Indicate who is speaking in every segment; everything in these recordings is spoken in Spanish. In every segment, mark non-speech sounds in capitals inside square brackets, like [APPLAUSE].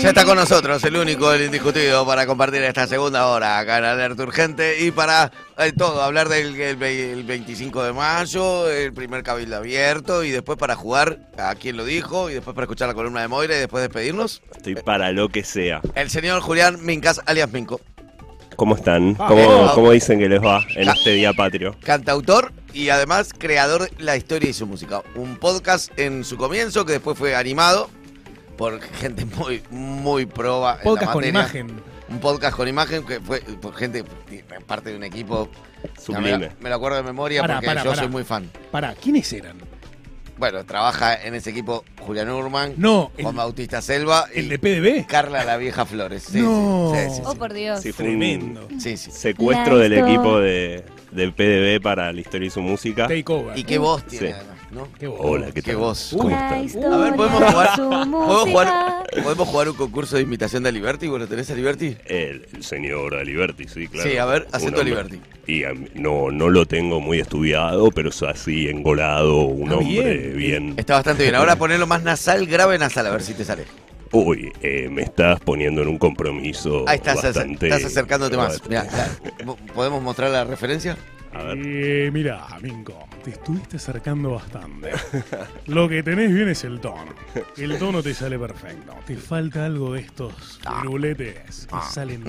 Speaker 1: Ya está con nosotros el único, el indiscutido, para compartir esta segunda hora acá en Alerta Urgente y para eh, todo, hablar del el ve- el 25 de mayo, el primer cabildo abierto y después para jugar a quien lo dijo y después para escuchar la columna de Moira y después despedirnos.
Speaker 2: Estoy para lo que sea.
Speaker 1: El señor Julián Mincas, alias Minco,
Speaker 2: ¿Cómo están?
Speaker 3: Ah,
Speaker 2: ¿Cómo,
Speaker 1: bien.
Speaker 2: cómo dicen que les va en
Speaker 1: Ah.
Speaker 2: este día patrio?
Speaker 1: cantautor y además creador de La Historia y su Música. Un podcast en su comienzo que después fue animado por gente muy, muy proba en la
Speaker 3: Podcast con
Speaker 1: materia.
Speaker 3: imagen.
Speaker 1: un podcast con imagen que fue por gente parte de un equipo No, me, lo,
Speaker 2: Sublime.
Speaker 1: me lo acuerdo de memoria
Speaker 3: Pará,
Speaker 1: porque
Speaker 3: pará,
Speaker 1: yo
Speaker 3: pará.
Speaker 1: soy muy fan.
Speaker 3: Pará, ¿quiénes eran?
Speaker 1: Bueno, trabaja en ese equipo Julián Urman,
Speaker 3: No,
Speaker 1: Juan
Speaker 3: el,
Speaker 1: Bautista Selva y
Speaker 3: el de PDB.
Speaker 1: Carla la vieja Flores. Sí,
Speaker 3: No.
Speaker 1: sí, sí, sí,
Speaker 4: Oh, por Dios.
Speaker 2: Sí, fue un
Speaker 3: Tremendo.
Speaker 1: sí, sí, sí.
Speaker 2: secuestro
Speaker 4: La
Speaker 2: del
Speaker 4: historia.
Speaker 2: equipo de, del PDB para la historia y su música.
Speaker 3: Takeover.
Speaker 1: Y qué voz tiene
Speaker 2: Sí.
Speaker 1: además, ¿no?
Speaker 3: Qué bueno.
Speaker 2: Hola, ¿qué
Speaker 1: Qué
Speaker 2: tal?
Speaker 1: voz.
Speaker 2: ¿Cómo
Speaker 4: La
Speaker 2: están?
Speaker 4: historia
Speaker 1: A ver, podemos jugar-
Speaker 4: su
Speaker 1: ¿Podemos
Speaker 4: música.
Speaker 1: jugar, ¿Podemos jugar un concurso de imitación de Aliberti? ¿Vos lo tenés a Aliberti?
Speaker 2: El señor Aliberti, sí, claro.
Speaker 1: Sí, a ver, acento
Speaker 2: acento
Speaker 1: Aliberti.
Speaker 2: Y a mí- no, no lo tengo muy estudiado, pero es así, engolado, un
Speaker 3: Ah,
Speaker 2: hombre
Speaker 3: bien.
Speaker 2: bien.
Speaker 1: Está bastante bien. Ahora ponelo más nasal, grave nasal, a ver si te sale.
Speaker 2: Uy, eh, me estás poniendo en un compromiso.
Speaker 1: Ahí estás,
Speaker 2: bastante...
Speaker 1: estás acercándote más. Mirá, la- ¿Podemos mostrar la referencia?
Speaker 2: A ver.
Speaker 3: Eh, mirá, Minko, te estuviste acercando bastante. Lo que tenés bien es el tono. El tono te sale perfecto. Te falta algo de estos
Speaker 2: Ah.
Speaker 3: piruletes que salen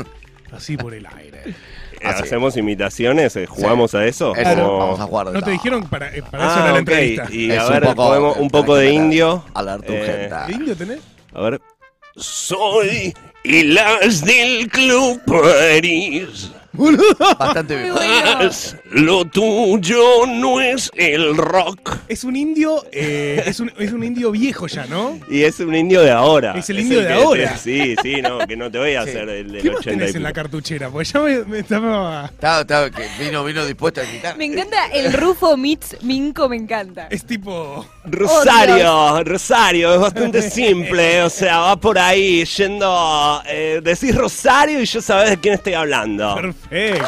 Speaker 3: así por el aire.
Speaker 2: Eh, ¿Hacemos imitaciones? Eh, ¿Jugamos a eso?
Speaker 1: Eso,
Speaker 2: Como-
Speaker 1: vamos a jugar. de
Speaker 3: ¿No te
Speaker 1: todo.
Speaker 3: dijeron para, eh, para eso
Speaker 2: Ah,
Speaker 3: era la
Speaker 2: ok.
Speaker 3: entrevista?
Speaker 2: Y
Speaker 1: Es
Speaker 2: a
Speaker 1: un
Speaker 2: ver,
Speaker 1: poco-
Speaker 2: podemos- un poco de
Speaker 1: tranquila,
Speaker 2: indio.
Speaker 1: alerta
Speaker 2: Eh,
Speaker 3: ¿De
Speaker 1: urgente.
Speaker 2: [LAUGHS]
Speaker 3: indio tenés?
Speaker 2: A ver. Soy y las del Club París.
Speaker 1: Bastante
Speaker 4: [LAUGHS]
Speaker 1: bien.
Speaker 3: Ah.
Speaker 2: Lo tuyo no es el rock.
Speaker 3: Es un indio, eh, es, un, es un indio viejo ya, ¿no?
Speaker 2: Y es un indio de ahora.
Speaker 3: Es el indio de
Speaker 2: que-
Speaker 3: ahora.
Speaker 2: sí, sí, no, que no te voy a
Speaker 1: Sí.
Speaker 2: hacer el del
Speaker 3: ¿Qué
Speaker 2: 80
Speaker 3: más
Speaker 2: y
Speaker 3: tenés en
Speaker 2: pico.
Speaker 3: la cartuchera? Porque ya me, me estaba...
Speaker 1: Estaba, estaba, que vino, vino dispuesto a quitar.
Speaker 4: Me encanta el Rufo Mitz Minco, me encanta.
Speaker 3: Es tipo...
Speaker 2: Rosario,
Speaker 3: Oh,
Speaker 2: Rosario, es bastante
Speaker 3: [LAUGHS]
Speaker 2: simple, o sea, va por ahí yendo, eh, decís Rosario y ya sabes de quién estoy hablando. [LAUGHS]
Speaker 3: Perfecto.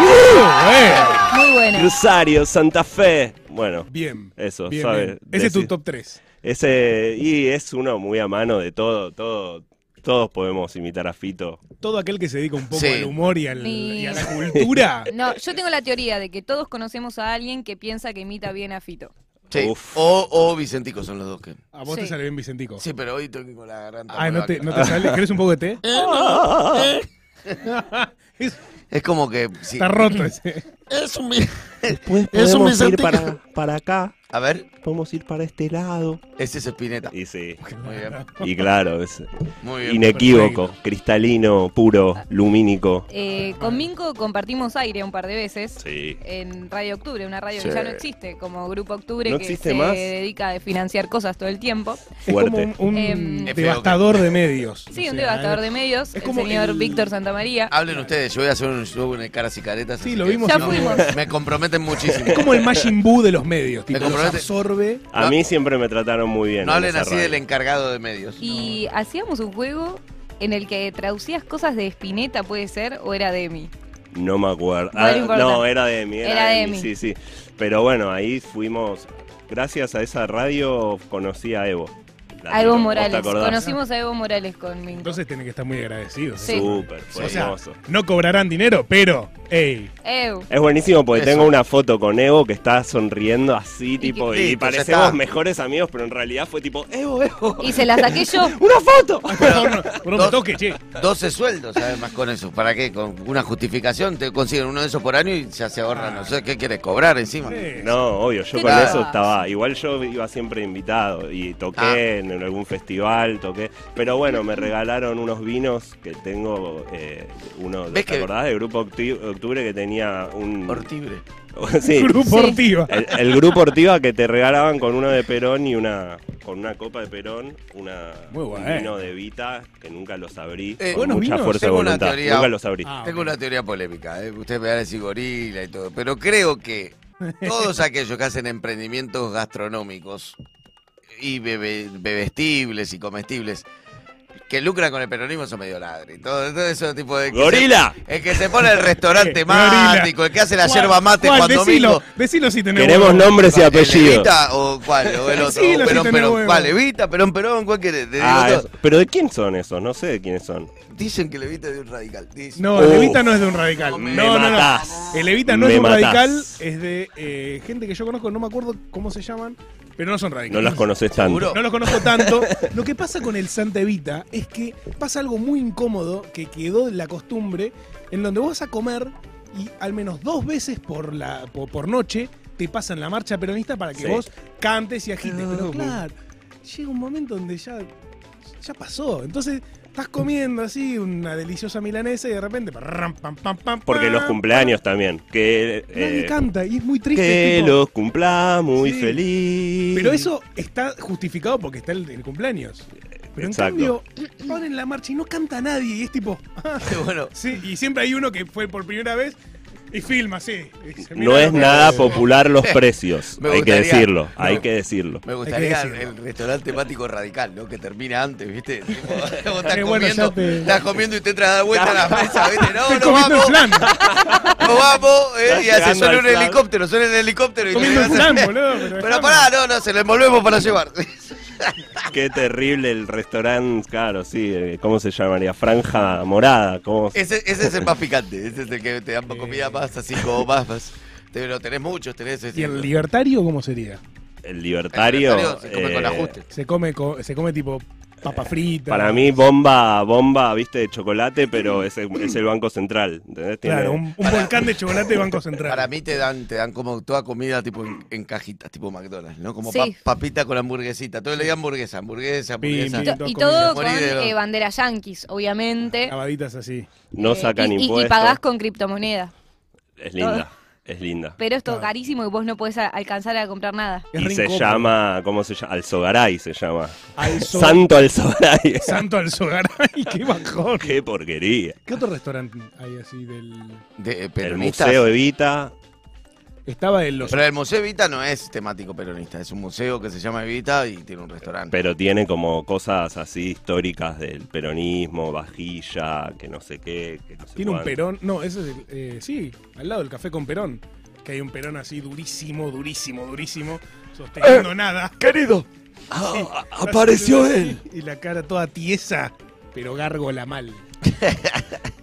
Speaker 3: Uh, bueno.
Speaker 4: Muy bueno.
Speaker 2: Rosario, Santa Fe, bueno,
Speaker 3: Bien.
Speaker 2: Eso,
Speaker 3: bien,
Speaker 2: sabe
Speaker 3: bien. Ese es tu
Speaker 2: decir.
Speaker 3: top 3.
Speaker 2: ese, y es uno muy a mano de todo, todo, todos podemos imitar a Fito.
Speaker 3: Todo aquel que se dedica un poco
Speaker 1: Sí.
Speaker 3: al humor y, al-
Speaker 4: Mi-
Speaker 3: y a la cultura.
Speaker 4: No, yo tengo la teoría de que todos conocemos a alguien que piensa que imita bien a Fito.
Speaker 1: Sí.
Speaker 2: Uf.
Speaker 1: O, o Vicentico son los dos que.
Speaker 3: A vos te
Speaker 4: Sí.
Speaker 3: sale bien Vicentico.
Speaker 1: Sí, pero hoy tengo la garganta.
Speaker 3: Ah,
Speaker 1: muy
Speaker 3: no te,
Speaker 1: vaca.
Speaker 3: no te sale. ¿Querés un poco
Speaker 1: [LAUGHS]
Speaker 3: de té?
Speaker 1: Eh,
Speaker 3: [LAUGHS] Es-
Speaker 1: Es como que. sí.
Speaker 3: Está roto ese.
Speaker 1: Es un. vi- es un
Speaker 5: podemos ir
Speaker 1: Vicentico.
Speaker 5: para, para acá,
Speaker 1: A ver,
Speaker 5: podemos ir para este lado.
Speaker 1: ese es Spinetta.
Speaker 2: Y sí,
Speaker 1: Muy bien.
Speaker 2: y claro, es
Speaker 1: Muy bien.
Speaker 2: inequívoco, cristalino, puro, lumínico.
Speaker 4: Eh, con Minco compartimos aire un par de veces.
Speaker 2: Sí.
Speaker 4: En Radio Octubre, una radio
Speaker 1: Sí.
Speaker 4: que ya no existe, como Grupo Octubre,
Speaker 2: ¿No
Speaker 4: que
Speaker 2: existe
Speaker 4: se
Speaker 2: más?
Speaker 4: dedica a financiar cosas todo el tiempo.
Speaker 3: Es como
Speaker 2: Fuerte.
Speaker 3: un, un
Speaker 4: Em,
Speaker 1: Es feo
Speaker 3: devastador de medios.
Speaker 4: Sí,
Speaker 3: O
Speaker 4: un
Speaker 3: sea,
Speaker 4: devastador
Speaker 3: eh,
Speaker 4: de medios, el
Speaker 3: como
Speaker 4: señor
Speaker 3: el-
Speaker 4: Víctor Santamaría.
Speaker 1: Hablen ustedes, yo voy a hacer un show en caras y caretas.
Speaker 3: Sí,
Speaker 1: así
Speaker 3: lo
Speaker 1: que
Speaker 3: vimos
Speaker 4: Ya
Speaker 1: no,
Speaker 4: fuimos.
Speaker 1: Me comprometen muchísimo.
Speaker 3: [LAUGHS] Es como el Majin Buu de los medios.
Speaker 1: Me
Speaker 3: Tipo, los
Speaker 1: compromete-
Speaker 3: absorbe.
Speaker 2: A mí siempre me trataron muy bien.
Speaker 1: No
Speaker 2: en
Speaker 1: hablen
Speaker 2: esa
Speaker 1: así
Speaker 2: radio.
Speaker 1: del encargado de medios.
Speaker 4: Y hacíamos un juego en el que traducías cosas de Spinetta, puede ser, o era Demi.
Speaker 2: No me acuerdo.
Speaker 4: No era
Speaker 2: Ah, no,
Speaker 4: importante.
Speaker 2: era de mí, era,
Speaker 4: Era
Speaker 2: de
Speaker 4: de
Speaker 2: mí,
Speaker 4: mí.
Speaker 2: sí, sí. Pero bueno, ahí fuimos. Gracias a esa radio conocí a Evo. La
Speaker 4: A Evo
Speaker 2: ¿vos te
Speaker 4: Morales.
Speaker 2: acordás?
Speaker 4: Conocimos a Evo Morales con Mingo.
Speaker 3: Entonces tienen que estar muy agradecidos.
Speaker 4: Sí.
Speaker 2: Súper, fue
Speaker 3: O sea,
Speaker 2: hermoso.
Speaker 3: no cobrarán dinero, pero, ey,
Speaker 4: Ew.
Speaker 2: Es buenísimo porque
Speaker 1: Eso.
Speaker 2: tengo una foto con Evo que está sonriendo así, tipo, y,
Speaker 1: listo, ya está.
Speaker 2: parecemos mejores amigos, pero en realidad fue tipo, Evo, Evo.
Speaker 4: Y se la saqué yo.
Speaker 2: [LAUGHS] ¡Una foto!
Speaker 3: por un toque, che.
Speaker 1: 12 sueldos, además, con eso. ¿Para qué? Con una justificación, te consiguen uno de esos por año y ya se ahorran. No sé qué quieres cobrar encima.
Speaker 3: Sí.
Speaker 2: No, obvio, yo
Speaker 4: ¿Qué
Speaker 2: con
Speaker 1: tal?
Speaker 2: eso estaba. Igual yo iba siempre invitado y toqué
Speaker 1: Ah.
Speaker 2: en en algún festival, toqué. Pero bueno, me regalaron unos vinos que tengo. eh, uno,
Speaker 1: ¿Ves
Speaker 2: ¿Te
Speaker 1: que-
Speaker 2: acordás del grupo Octi- Octubre que tenía un.
Speaker 1: Ortibre.
Speaker 2: [LAUGHS] sí,
Speaker 3: Grupo
Speaker 4: Sí.
Speaker 3: Ortiva.
Speaker 2: el, el grupo Ortiva que te regalaban con uno de Perón y una. Con una copa de Perón, una,
Speaker 3: Muy
Speaker 2: un
Speaker 3: bueno.
Speaker 2: vino de Vita que nunca los abrí.
Speaker 1: Eh,
Speaker 2: con
Speaker 3: buenos
Speaker 2: mucha
Speaker 3: vinos.
Speaker 2: fuerza de
Speaker 1: Tengo una
Speaker 2: voluntad.
Speaker 1: teoría.
Speaker 2: Nunca los abrí.
Speaker 3: Ah,
Speaker 1: Tengo
Speaker 3: ok.
Speaker 1: una teoría polémica, ¿eh? ustedes me van a decir gorila y todo, pero creo
Speaker 3: [LAUGHS]
Speaker 1: que todos aquellos que hacen emprendimientos gastronómicos y bebe- bebestibles y comestibles que lucran con el peronismo son medio ladri. Todo, todo eso tipo de. que
Speaker 2: Gorila.
Speaker 1: se- el que se pone el restaurante
Speaker 3: [LAUGHS] Eh,
Speaker 1: temático, el que hace la
Speaker 3: ¿Cuál-
Speaker 1: yerba mate
Speaker 3: cuál?
Speaker 1: cuando
Speaker 3: decilo,
Speaker 1: domingo.
Speaker 3: decilo si tenemos.
Speaker 2: Queremos nombres y
Speaker 1: ¿El
Speaker 2: apellidos.
Speaker 1: Evita o cuál? O
Speaker 3: [LAUGHS]
Speaker 1: el otro.
Speaker 3: Sí,
Speaker 1: o Perón,
Speaker 3: lo hiciste en el
Speaker 1: Perón.
Speaker 3: huevo.
Speaker 1: ¿Cuál? Evita, Perón, Perón. ¿Cuál que
Speaker 2: Ah, eso. Pero ¿de quién son esos? No sé de quiénes son.
Speaker 1: Dicen que Levita es de un radical. Dicen.
Speaker 3: No,
Speaker 1: [LAUGHS]
Speaker 2: Oh.
Speaker 3: el Evita no es de un radical.
Speaker 1: Me
Speaker 3: no, no, no.
Speaker 2: matás.
Speaker 3: El Evita no
Speaker 2: Me
Speaker 3: es de un
Speaker 2: matás.
Speaker 3: radical, es de eh, gente que yo conozco, no me acuerdo cómo se llaman, pero no son radicales.
Speaker 2: No las conoces tanto.
Speaker 1: Seguro.
Speaker 3: No los conozco tanto. Lo que pasa con el Santa Evita es que pasa algo muy incómodo que quedó en la costumbre en donde vos vas a comer y al menos dos veces por la por, por noche te pasan la marcha peronista para que
Speaker 2: Sí.
Speaker 3: vos cantes y agites. Pero claro, llega un momento donde ya, ya pasó. Entonces estás comiendo así una deliciosa milanesa y de repente pam, pam, pam, pam,
Speaker 2: Porque los
Speaker 3: pam,
Speaker 2: cumpleaños también. Que,
Speaker 3: Nadie
Speaker 2: eh,
Speaker 3: canta y es muy triste.
Speaker 2: que
Speaker 3: tipo,
Speaker 2: los cumpla muy
Speaker 3: Sí.
Speaker 2: feliz.
Speaker 3: Pero eso está justificado porque está el, el cumpleaños. Pero en
Speaker 2: Exacto.
Speaker 3: cambio, ponen la marcha y no canta nadie. Y es tipo. ah,
Speaker 1: Bueno,
Speaker 3: sí, y siempre hay uno que fue por primera vez y filma, sí. Y dice,
Speaker 2: No
Speaker 3: "Mirá
Speaker 2: es
Speaker 3: lo que
Speaker 2: nada
Speaker 3: es".
Speaker 1: [LAUGHS]
Speaker 2: popular los precios.
Speaker 1: Me
Speaker 2: Hay que
Speaker 1: gustaría-
Speaker 2: decirlo,
Speaker 1: no.
Speaker 2: hay que decirlo.
Speaker 1: me gustaría el,
Speaker 3: decirlo.
Speaker 1: restaurante temático radical, ¿no? Que termina antes,
Speaker 3: [LAUGHS]
Speaker 1: ¿viste? Tipo, vos estás,
Speaker 3: Eh, bueno,
Speaker 1: comiendo,
Speaker 3: ya te-
Speaker 1: estás comiendo y te entras a dar vuelta a la mesa,
Speaker 3: [LAUGHS]
Speaker 1: ¿viste? No,
Speaker 3: Estoy
Speaker 1: no
Speaker 3: comiendo
Speaker 1: vamos.
Speaker 3: el flan.
Speaker 1: Nos vamos, eh,
Speaker 2: Estás
Speaker 1: y hace
Speaker 2: llegando
Speaker 1: suena
Speaker 2: al
Speaker 1: un
Speaker 2: plan.
Speaker 1: helicóptero, suena el helicóptero y te
Speaker 3: comiendo el
Speaker 1: levantás.
Speaker 3: flan, boludo. Pero,
Speaker 1: Pero
Speaker 3: dejame.
Speaker 1: pará, no, no, se lo envolvemos para llevar. [LAUGHS]
Speaker 2: Qué terrible el restaurante, claro, sí. eh, ¿Cómo se llamaría? Franja morada. ¿cómo se-
Speaker 1: Ese, ese es el más picante, ese es el que te dan comida más, así como más. más. Te- Pero tenés muchos, tenés este, ese.
Speaker 3: ¿Y el libertario cómo sería?
Speaker 2: El libertario. eh,
Speaker 1: El libertario se come
Speaker 3: eh,
Speaker 1: con ajuste.
Speaker 3: Se come, co- se come tipo papa frita.
Speaker 2: Para mí, bomba, bomba, viste, de chocolate, pero es, el- es el Banco Central. ¿entendés? Tiene-
Speaker 3: Claro, un, un volcán de chocolate de Banco Central.
Speaker 1: Para mí te dan, te dan como toda comida tipo en, en cajitas, tipo McDonald's, ¿no? Como
Speaker 4: Sí.
Speaker 1: pa- papita con hamburguesita. Todo le dan hamburguesa, hamburguesa, hamburguesa.
Speaker 4: Y,
Speaker 3: Bien,
Speaker 4: to-
Speaker 3: dos
Speaker 4: y
Speaker 3: comidas.
Speaker 4: todo con
Speaker 1: Morí de-
Speaker 4: eh, bandera yanquis, obviamente.
Speaker 3: Lavaditas así.
Speaker 2: No
Speaker 4: Eh,
Speaker 2: sacan
Speaker 4: y- y-
Speaker 2: impuestos.
Speaker 4: Y, pagás con criptomonedas.
Speaker 2: Es linda,
Speaker 4: todo.
Speaker 2: es linda.
Speaker 4: Pero esto
Speaker 3: Claro.
Speaker 4: carísimo y vos no podés a- alcanzar a comprar nada.
Speaker 3: Es
Speaker 2: y
Speaker 3: re
Speaker 2: se
Speaker 3: incómodo.
Speaker 2: llama, ¿cómo se llama? Alzogaray se llama.
Speaker 3: Alzo-
Speaker 2: Santo Alzogaray. [LAUGHS]
Speaker 3: Santo al Sogaray, [LAUGHS] qué bajón.
Speaker 2: Qué porquería.
Speaker 3: ¿Qué otro restaurante hay así del.?
Speaker 1: De, eh,
Speaker 2: El
Speaker 1: peronistas.
Speaker 2: Museo Evita.
Speaker 3: Estaba en los.
Speaker 1: Pero el Museo Evita no es temático peronista, es un museo que se llama Evita y tiene un restaurante.
Speaker 2: Pero tiene como cosas así históricas del peronismo, vajilla, que no sé qué. que no sé
Speaker 3: Tiene un
Speaker 2: cuánto.
Speaker 3: perón. No, ese es el. eh, sí, al lado del café con perón. Que hay un perón así durísimo, durísimo, durísimo. Sosteniendo nada. [LAUGHS]
Speaker 2: Querido, a- a- apareció él.
Speaker 3: Y la cara toda tiesa, pero gárgola mal.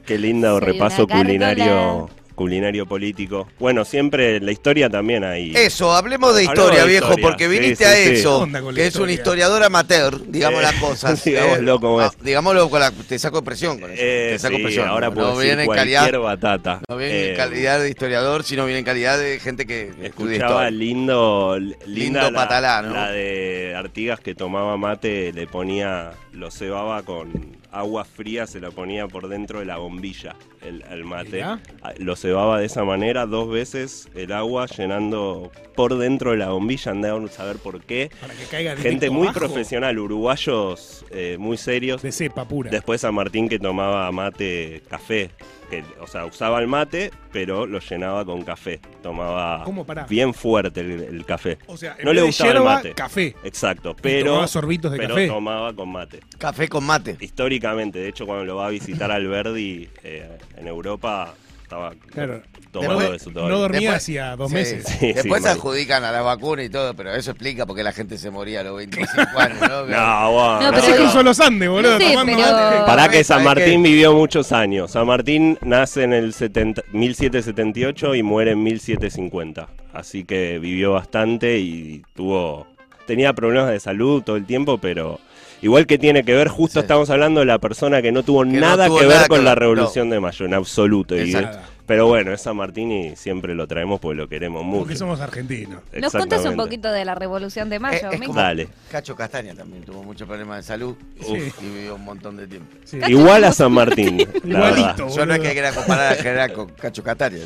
Speaker 2: Qué lindo
Speaker 4: Soy
Speaker 2: repaso
Speaker 4: una
Speaker 2: culinario,
Speaker 4: gárgola.
Speaker 2: culinario político. Bueno, siempre en la historia también hay.
Speaker 1: Eso, hablemos de
Speaker 2: Hablemos
Speaker 1: historia,
Speaker 2: de
Speaker 1: viejo,
Speaker 2: historia.
Speaker 1: porque
Speaker 2: Sí,
Speaker 1: viniste
Speaker 2: sí,
Speaker 1: a
Speaker 2: sí.
Speaker 1: eso,
Speaker 3: ¿Qué onda con la
Speaker 1: que es un
Speaker 3: historia?
Speaker 1: historiador amateur, digamos
Speaker 2: Eh,
Speaker 1: las
Speaker 2: [LAUGHS]
Speaker 1: cosas.
Speaker 2: digámoslo como
Speaker 1: ah,
Speaker 2: es.
Speaker 1: Digámoslo con la. Te saco presión con eso.
Speaker 2: Eh,
Speaker 1: te saco
Speaker 2: sí,
Speaker 1: presión.
Speaker 2: ahora puedo
Speaker 1: no
Speaker 2: decir
Speaker 1: viene en
Speaker 2: cualquier
Speaker 1: calidad.
Speaker 2: batata.
Speaker 1: No viene en
Speaker 2: Eh,
Speaker 1: calidad de historiador, sino viene en calidad de gente que estudia
Speaker 2: Escuchaba
Speaker 1: historia.
Speaker 2: lindo, l- linda
Speaker 1: Lindo
Speaker 2: la,
Speaker 1: patalá, ¿no?
Speaker 2: la de Artigas que tomaba mate, le ponía, lo cebaba con agua fría, se lo ponía por dentro de la bombilla el, el mate.
Speaker 3: Mirá.
Speaker 2: Ah, Lo cebaba de esa manera dos veces el agua llenando por dentro de la bombilla, andaba a saber por qué.
Speaker 3: Para que caiga
Speaker 2: Gente
Speaker 3: directo
Speaker 2: muy
Speaker 3: abajo.
Speaker 2: profesional, uruguayos eh, muy serios.
Speaker 3: De cepa pura.
Speaker 2: Después San Martín que tomaba mate, café. Que, o sea, usaba el mate, pero lo llenaba con café. Tomaba
Speaker 3: ¿Cómo pará?
Speaker 2: bien fuerte el, el café.
Speaker 3: O sea, en
Speaker 2: No
Speaker 3: vez
Speaker 2: le
Speaker 3: de
Speaker 2: gustaba el
Speaker 3: yerba,
Speaker 2: mate.
Speaker 3: café.
Speaker 2: Exacto,
Speaker 3: Pero,
Speaker 2: pero,
Speaker 3: tomaba sorbitos de
Speaker 2: pero
Speaker 3: café.
Speaker 2: tomaba con mate.
Speaker 1: Café con mate.
Speaker 2: Históricamente, de hecho, cuando lo va a
Speaker 3: [LAUGHS]
Speaker 2: visitar Alberdi eh, en Europa, estaba
Speaker 3: Claro.
Speaker 2: tomando
Speaker 1: Después,
Speaker 2: de su
Speaker 3: No
Speaker 2: todo.
Speaker 3: dormía
Speaker 1: Después-
Speaker 3: hacía dos
Speaker 1: Sí.
Speaker 3: meses.
Speaker 2: Sí,
Speaker 1: Después
Speaker 2: sí,
Speaker 1: se adjudican a la vacuna y todo, pero eso explica por qué la gente se moría a los 25 años, ¿no?
Speaker 2: [LAUGHS] No, bueno,
Speaker 4: No,
Speaker 2: no.
Speaker 4: pero-
Speaker 3: Así cruzó los Andes, boludo.
Speaker 4: No sé,
Speaker 3: tomando
Speaker 4: pero-
Speaker 3: mate.
Speaker 2: Pará que San
Speaker 1: ¿Sabés qué?
Speaker 2: Martín vivió muchos años. San Martín nace en el 70 1778 y muere en 1750. Así que vivió bastante y tuvo... Tenía problemas de salud todo el tiempo, pero... Igual que tiene que ver, justo
Speaker 1: Sí.
Speaker 2: estamos hablando de la persona que no tuvo
Speaker 1: no
Speaker 2: nada
Speaker 1: tuvo
Speaker 2: que ver
Speaker 1: nada
Speaker 2: con
Speaker 1: que
Speaker 2: la
Speaker 1: ver,
Speaker 2: Revolución de Mayo, en absoluto. y-
Speaker 1: Exacto.
Speaker 2: pero bueno, es San Martín y siempre lo traemos porque lo queremos mucho.
Speaker 3: Porque somos argentinos.
Speaker 4: Nos contás un
Speaker 2: Exactamente.
Speaker 4: poquito de la Revolución de
Speaker 1: Es,
Speaker 4: Mayo.
Speaker 1: Eh, es
Speaker 4: Miki?
Speaker 1: como
Speaker 2: Dale.
Speaker 1: Cacho Castaña también tuvo muchos problemas de salud
Speaker 3: Sí.
Speaker 1: y vivió un montón de tiempo.
Speaker 3: Sí.
Speaker 2: Igual a San
Speaker 4: [LAUGHS]
Speaker 2: Martín. la verdad.
Speaker 3: Igualito.
Speaker 1: Yo no es
Speaker 3: boludo.
Speaker 1: que quiera comparar a General con Cacho Castaña.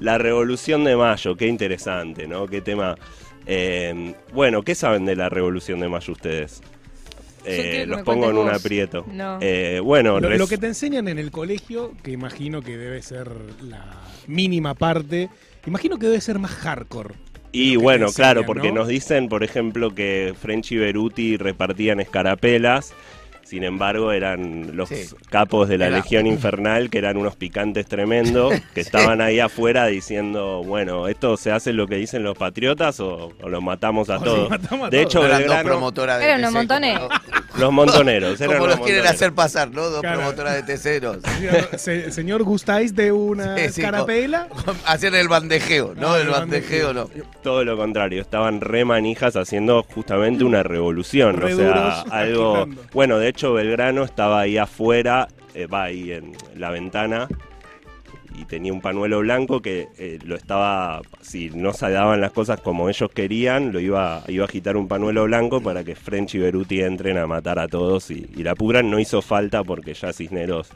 Speaker 2: La Revolución de Mayo, qué interesante, ¿no? Qué tema. Eh, bueno, ¿qué saben de la Revolución de Mayo ustedes? Eh,
Speaker 4: quiero que
Speaker 2: los
Speaker 4: me
Speaker 2: pongo
Speaker 4: cuentes
Speaker 2: en un
Speaker 4: vos.
Speaker 2: aprieto.
Speaker 4: No.
Speaker 2: Eh, bueno,
Speaker 3: Lo,
Speaker 2: res-
Speaker 3: lo que te enseñan en el colegio, que imagino que debe ser la mínima parte, imagino que debe ser más hardcore.
Speaker 2: y
Speaker 3: lo que te
Speaker 2: bueno,
Speaker 3: enseñan,
Speaker 2: claro, porque
Speaker 3: ¿no?
Speaker 2: nos dicen, por ejemplo, que French y Beruti repartían escarapelas. Sin embargo, eran los
Speaker 1: Sí.
Speaker 2: capos de la
Speaker 1: Era-
Speaker 2: Legión Infernal, que eran unos picantes
Speaker 3: [LAUGHS]
Speaker 2: tremendos, que estaban ahí afuera diciendo, bueno, ¿esto se hace lo que dicen los patriotas o, o los matamos a
Speaker 3: O los
Speaker 2: todos?
Speaker 3: matamos a
Speaker 2: de
Speaker 3: todos.
Speaker 2: hecho,
Speaker 1: No eran dos
Speaker 2: Belgrano-
Speaker 1: promotoras de
Speaker 4: Eran unos
Speaker 1: TC,
Speaker 4: montones.
Speaker 1: como-
Speaker 2: los montoneros. eran
Speaker 1: Como
Speaker 2: los
Speaker 1: los quieren
Speaker 2: montoneros.
Speaker 1: hacer pasar, ¿no? Dos
Speaker 3: Claro.
Speaker 1: promotoras de terceros.
Speaker 3: Se- señor, ¿gustáis de una
Speaker 1: Sí, sí,
Speaker 3: carapela?
Speaker 1: [LAUGHS] Hacían el bandejeo, ¿no?
Speaker 3: Ah,
Speaker 1: el
Speaker 3: el
Speaker 1: bandejeo, no.
Speaker 2: Todo lo contrario, estaban re manijas haciendo justamente una revolución,
Speaker 3: Re
Speaker 2: o sea,
Speaker 3: duros,
Speaker 2: algo...
Speaker 3: agitando.
Speaker 2: Bueno, de hecho Belgrano estaba ahí afuera, eh, va ahí en la ventana, y tenía un panuelo blanco que eh, lo estaba, si no se daban las cosas como ellos querían, lo iba, iba a agitar un panuelo blanco para que French y Beruti entren a matar a todos y, y la pudran. No hizo falta porque ya Cisneros,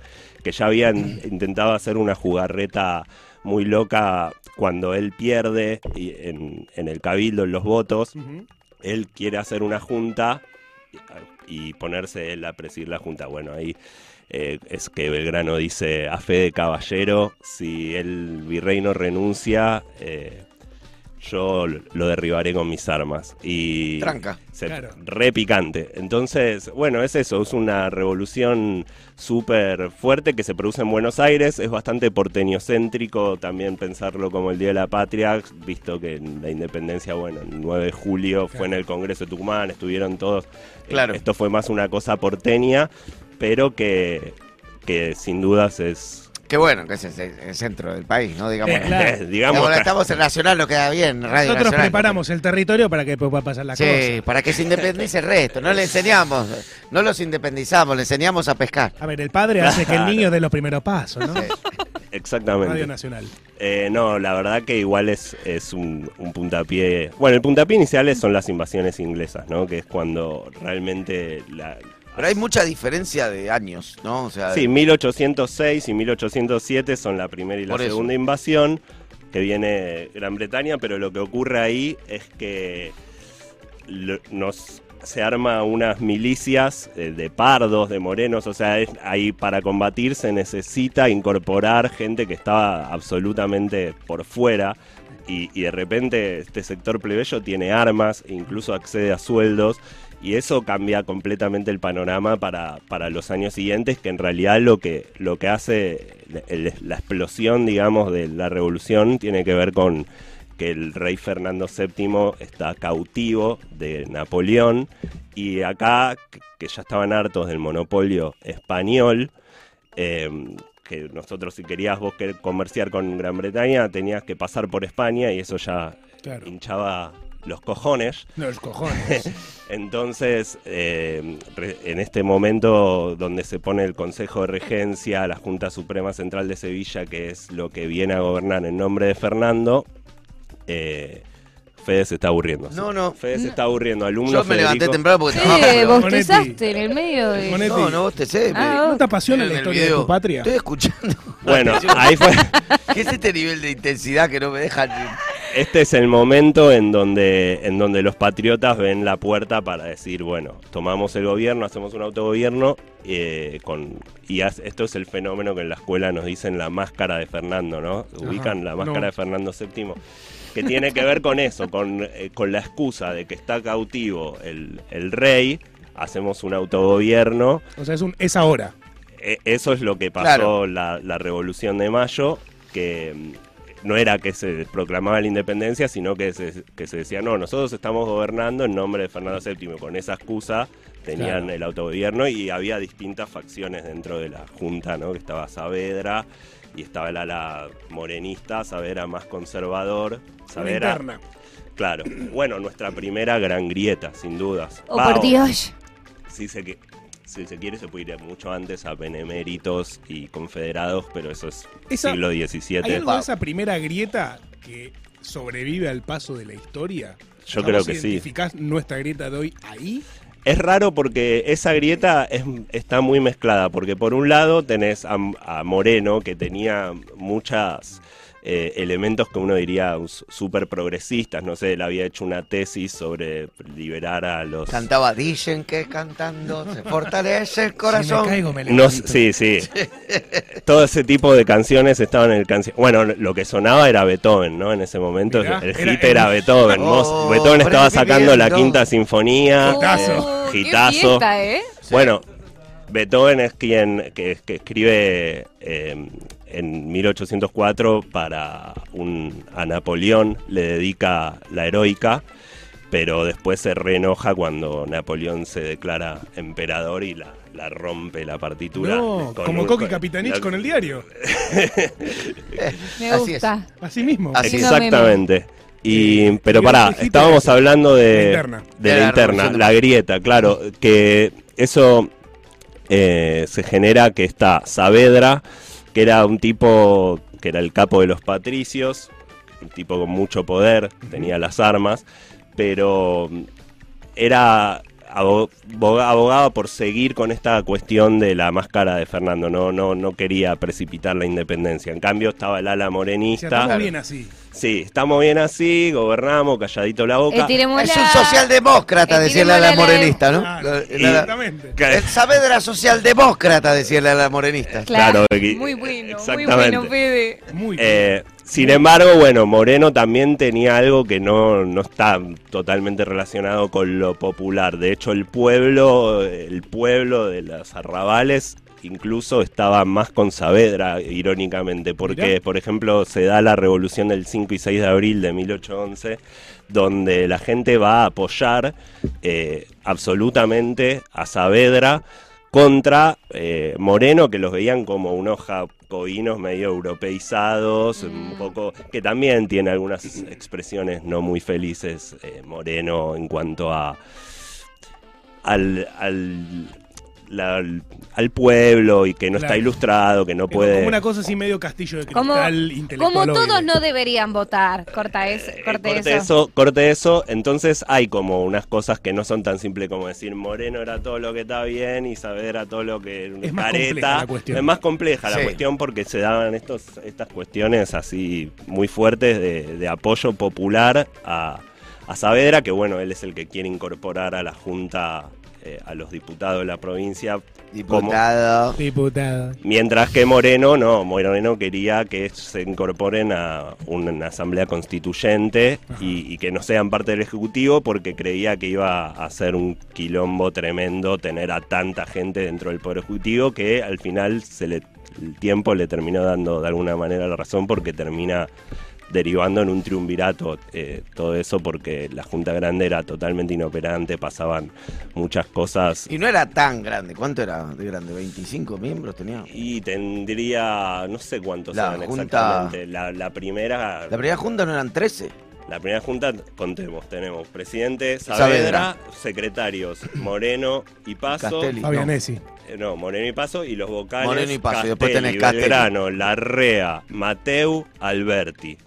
Speaker 2: que ya habían intentado hacer una jugarreta muy loca cuando él pierde y en, en el cabildo, en los votos,
Speaker 3: Ujú.
Speaker 2: él quiere hacer una junta y, y ponerse él a presidir la junta. Bueno, ahí eh, es que Belgrano dice a fe de caballero, si el virrey no renuncia, eh, yo lo derribaré con mis armas. Y
Speaker 1: Tranca.
Speaker 2: se
Speaker 3: Claro.
Speaker 2: re picante. Entonces, bueno, es eso, es una revolución súper fuerte que se produce en Buenos Aires, es bastante porteñocéntrico también pensarlo como el Día de la Patria, visto que la independencia, bueno, el 9 de julio fue en el Congreso de Tucumán, estuvieron todos, eh,
Speaker 1: Claro.
Speaker 2: esto fue más una cosa porteña, pero que, que sin dudas es...
Speaker 1: Qué bueno que es el, el centro del país, ¿no? Digamos.
Speaker 3: Eh, claro.
Speaker 2: digamos,
Speaker 1: Ahora estamos en Nacional, nos queda bien, Radio
Speaker 3: Nosotros
Speaker 1: Nacional.
Speaker 3: preparamos el territorio para que después pueda pasar la
Speaker 1: Sí, para que se independice el resto. No le enseñamos, no los independizamos, le enseñamos a pescar.
Speaker 3: cosa. A ver, el padre hace que el
Speaker 2: Claro.
Speaker 3: niño dé los primeros pasos, ¿no?
Speaker 2: exactamente.
Speaker 3: Radio Nacional.
Speaker 2: Eh, no, la verdad que igual es, es un, un puntapié. Bueno, el puntapié inicial es- son las invasiones inglesas, ¿no? Que es cuando realmente la.
Speaker 1: Pero hay mucha diferencia de años, ¿no? O sea,
Speaker 2: Sí, 1806 y 1807 son la primera y la
Speaker 1: Por eso.
Speaker 2: segunda invasión que viene Gran Bretaña, pero lo que ocurre ahí es que lo- nos se arma unas milicias eh, de pardos, de morenos, o sea, es- ahí para combatir se necesita incorporar gente que estaba absolutamente por fuera y, y de repente este sector plebeyo tiene armas e incluso accede a sueldos y eso cambia completamente el panorama para, para los años siguientes, que en realidad lo que, lo que hace el- la explosión, digamos, de la revolución tiene que ver con que el rey Fernando VII está cautivo de Napoleón y acá, que ya estaban hartos del monopolio español, eh, que nosotros si querías vos quer- comerciar con Gran Bretaña tenías que pasar por España y eso ya
Speaker 3: Claro.
Speaker 2: hinchaba los cojones.
Speaker 3: Los cojones.
Speaker 2: Entonces, eh, re- en este momento donde se pone el Consejo de Regencia, la Junta Suprema Central de Sevilla, que es lo que viene a gobernar en nombre de Fernando, eh, Fede se está aburriendo.
Speaker 1: No, no.
Speaker 2: Fede se está aburriendo. Alumno
Speaker 1: Yo me levanté
Speaker 2: Federico-
Speaker 1: temprano porque
Speaker 4: [LAUGHS] Sí,
Speaker 1: trabajo. pero-
Speaker 4: bostezaste en el medio
Speaker 3: Monetti.
Speaker 4: de...
Speaker 1: No, no, vos te sé.
Speaker 4: Ah,
Speaker 3: ¿No te apasiona la
Speaker 1: en el
Speaker 3: historia de
Speaker 1: video.
Speaker 3: tu patria?
Speaker 1: Estoy escuchando. [LAUGHS]
Speaker 2: Bueno, ahí fue.
Speaker 1: ¿Qué es este nivel de intensidad que no me deja ni-
Speaker 2: Este es el momento en donde, en donde los patriotas ven la puerta para decir, bueno, tomamos el gobierno, hacemos un autogobierno, eh, con, y haz- esto es el fenómeno que en la escuela nos dicen la máscara de Fernando, ¿no? Ubican la máscara
Speaker 3: no.
Speaker 2: de Fernando VII, que tiene que ver con eso, con, eh, con la excusa de que está cautivo el, el rey, hacemos un autogobierno,
Speaker 3: O sea, es, un, es ahora.
Speaker 2: e- Eso es lo que pasó
Speaker 1: Claro.
Speaker 2: la, la revolución de mayo, que mm, no era que se proclamaba la independencia, sino que se, que se decía, no, nosotros estamos gobernando en nombre de Fernando VII. Con esa excusa tenían
Speaker 3: Claro.
Speaker 2: el autogobierno y había distintas facciones dentro de la Junta, ¿no? Que estaba Saavedra y estaba el ala morenista, Saavedra más conservador.
Speaker 3: Una
Speaker 2: Saavedra,
Speaker 3: interna.
Speaker 2: claro. Bueno, nuestra primera gran grieta, sin dudas.
Speaker 4: Oh, por
Speaker 2: Vamos
Speaker 4: Dios.
Speaker 2: si se, que- si se quiere se puede ir mucho antes a beneméritos y confederados, pero eso es
Speaker 3: Esa-
Speaker 2: siglo
Speaker 3: ¿Hay
Speaker 2: XVII.
Speaker 3: algo de esa primera grieta que sobrevive al paso de la historia?
Speaker 2: Yo
Speaker 3: O sea,
Speaker 2: creo
Speaker 3: ¿vos
Speaker 2: que sí.
Speaker 3: identificás nuestra grieta de hoy ahí?
Speaker 2: Es raro porque esa grieta es- está muy mezclada, porque por un lado tenés a, a Moreno, que tenía muchas... eh, elementos que uno diría s- súper progresistas, no sé, él había hecho una tesis sobre liberar a los...
Speaker 1: Cantaba, dicen que cantando se fortalece el
Speaker 3: Si
Speaker 1: corazón.
Speaker 3: me caigo, me
Speaker 2: No,
Speaker 3: levanto.
Speaker 2: sí, sí. Todo ese tipo de canciones estaban en el canción. Bueno, lo que sonaba era Beethoven, ¿no? En ese momento
Speaker 3: Mirá,
Speaker 2: el
Speaker 3: era-
Speaker 2: hit era,
Speaker 3: era-
Speaker 2: Beethoven. Mos-
Speaker 1: Oh,
Speaker 2: Beethoven estaba
Speaker 1: Frankie
Speaker 2: sacando la
Speaker 1: Beethoven.
Speaker 2: quinta sinfonía.
Speaker 3: Gitazo.
Speaker 2: eh,
Speaker 4: Oh, qué
Speaker 2: Gitazo.
Speaker 4: fiesta, ¿eh?
Speaker 2: Bueno, Beethoven es quien que, que escribe eh, en 1804 para un, a Napoleón, le dedica la heroica, pero después se reenoja cuando Napoleón se declara emperador y la, la rompe la partitura.
Speaker 3: No,
Speaker 2: Con
Speaker 3: como
Speaker 2: un-
Speaker 3: Coqui
Speaker 2: con-
Speaker 3: Capitanich
Speaker 2: la-
Speaker 3: con el diario.
Speaker 4: Me
Speaker 1: Así es.
Speaker 4: gusta.
Speaker 3: Así mismo.
Speaker 1: Así es.
Speaker 2: Exactamente. Y,
Speaker 3: Eh,
Speaker 2: pero
Speaker 3: Miguel
Speaker 2: pará,
Speaker 3: Tejita
Speaker 2: estábamos
Speaker 3: es-
Speaker 2: hablando
Speaker 3: La
Speaker 2: de,
Speaker 3: interna.
Speaker 2: de
Speaker 1: De la
Speaker 2: la interna,
Speaker 1: revolución de-
Speaker 2: la grieta, claro, que eso eh, se genera que está Saavedra, que era un tipo que era el capo de los patricios, un tipo con mucho poder, tenía las armas, pero mm, era abo- bo- abogado por seguir con esta cuestión de la máscara de Fernando, no, no, no quería precipitar la independencia. En cambio estaba el ala
Speaker 3: Si
Speaker 2: morenista.
Speaker 3: andamos bien así.
Speaker 2: Sí, estamos bien así, gobernamos, calladito la boca.
Speaker 4: Estiremos
Speaker 1: Es
Speaker 4: la-
Speaker 1: un socialdemócrata,
Speaker 4: Eh,
Speaker 1: decirle a
Speaker 4: tirémosle
Speaker 1: la
Speaker 4: a la-
Speaker 1: morenista, ¿no?
Speaker 3: Claro,
Speaker 1: La- la-
Speaker 3: exactamente.
Speaker 2: Ca-
Speaker 1: el Saavedra socialdemócrata, decirle a la morenista.
Speaker 4: Claro,
Speaker 2: Claro, aquí-
Speaker 4: muy bueno, muy
Speaker 2: exactamente.
Speaker 4: bueno, Fede.
Speaker 3: Muy bien.
Speaker 2: Eh, sin embargo, bueno, Moreno también tenía algo que no, no está totalmente relacionado con lo popular. De hecho, el pueblo, el pueblo de las arrabales incluso estaba más con Saavedra, irónicamente, porque,
Speaker 3: Mirá.
Speaker 2: por ejemplo, se da la revolución del 5 y 6 de abril de 1811, donde la gente va a apoyar eh, absolutamente a Saavedra contra eh, Moreno, que los veían como unos jacobinos medio europeizados, un poco, que también tiene algunas expresiones no muy felices eh, Moreno en cuanto a al, al, la- al- al pueblo y que no está
Speaker 3: Claro.
Speaker 2: ilustrado, que no
Speaker 3: Es como
Speaker 2: puede...
Speaker 3: una cosa así medio castillo de
Speaker 4: Como,
Speaker 3: cristal
Speaker 4: como
Speaker 3: intelectual.
Speaker 4: todos no deberían votar. Corta, eso,
Speaker 2: Eh,
Speaker 4: corte,
Speaker 2: corte
Speaker 4: eso.
Speaker 2: eso, corte eso. Entonces hay como unas cosas que no son tan simples como decir Moreno era todo lo que está bien y Saavedra todo lo que
Speaker 3: Es más compleja la cuestión.
Speaker 2: Es más compleja
Speaker 1: Sí.
Speaker 2: la cuestión porque se daban estos, estas cuestiones así muy fuertes de, de apoyo popular a, a Saavedra, que bueno, él es el que quiere incorporar a la Junta, eh, a los diputados de la provincia
Speaker 1: Diputado.
Speaker 3: Diputado.
Speaker 2: Mientras que Moreno, no, Moreno quería que se incorporen a una asamblea constituyente y, y que no sean parte del Ejecutivo porque creía que iba a ser un quilombo tremendo tener a tanta gente dentro del Poder Ejecutivo que al final se le, el tiempo le terminó dando de alguna manera la razón porque termina derivando en un triunvirato eh, todo eso porque la Junta Grande era totalmente inoperante, pasaban muchas cosas
Speaker 1: Y no era tan grande. ¿Cuánto era de grande? ¿25 miembros tenía?
Speaker 2: Y tendría, no sé cuántos
Speaker 1: La
Speaker 2: eran
Speaker 1: junta-
Speaker 2: exactamente. La, la primera,
Speaker 1: La
Speaker 2: la,
Speaker 1: primera junta no eran 13.
Speaker 2: primera junta, contemos, tenemos presidente
Speaker 1: Saavedra.
Speaker 2: Saavedra, secretarios Moreno y Paso.
Speaker 1: Castelli.
Speaker 3: Fabianesi.
Speaker 2: Eh, No, Moreno y Paso y los vocales
Speaker 1: Moreno y Paso, y después
Speaker 2: Castelli,
Speaker 1: tenés Castelli.
Speaker 2: Belgrano, Larrea, Mateu, Alberti,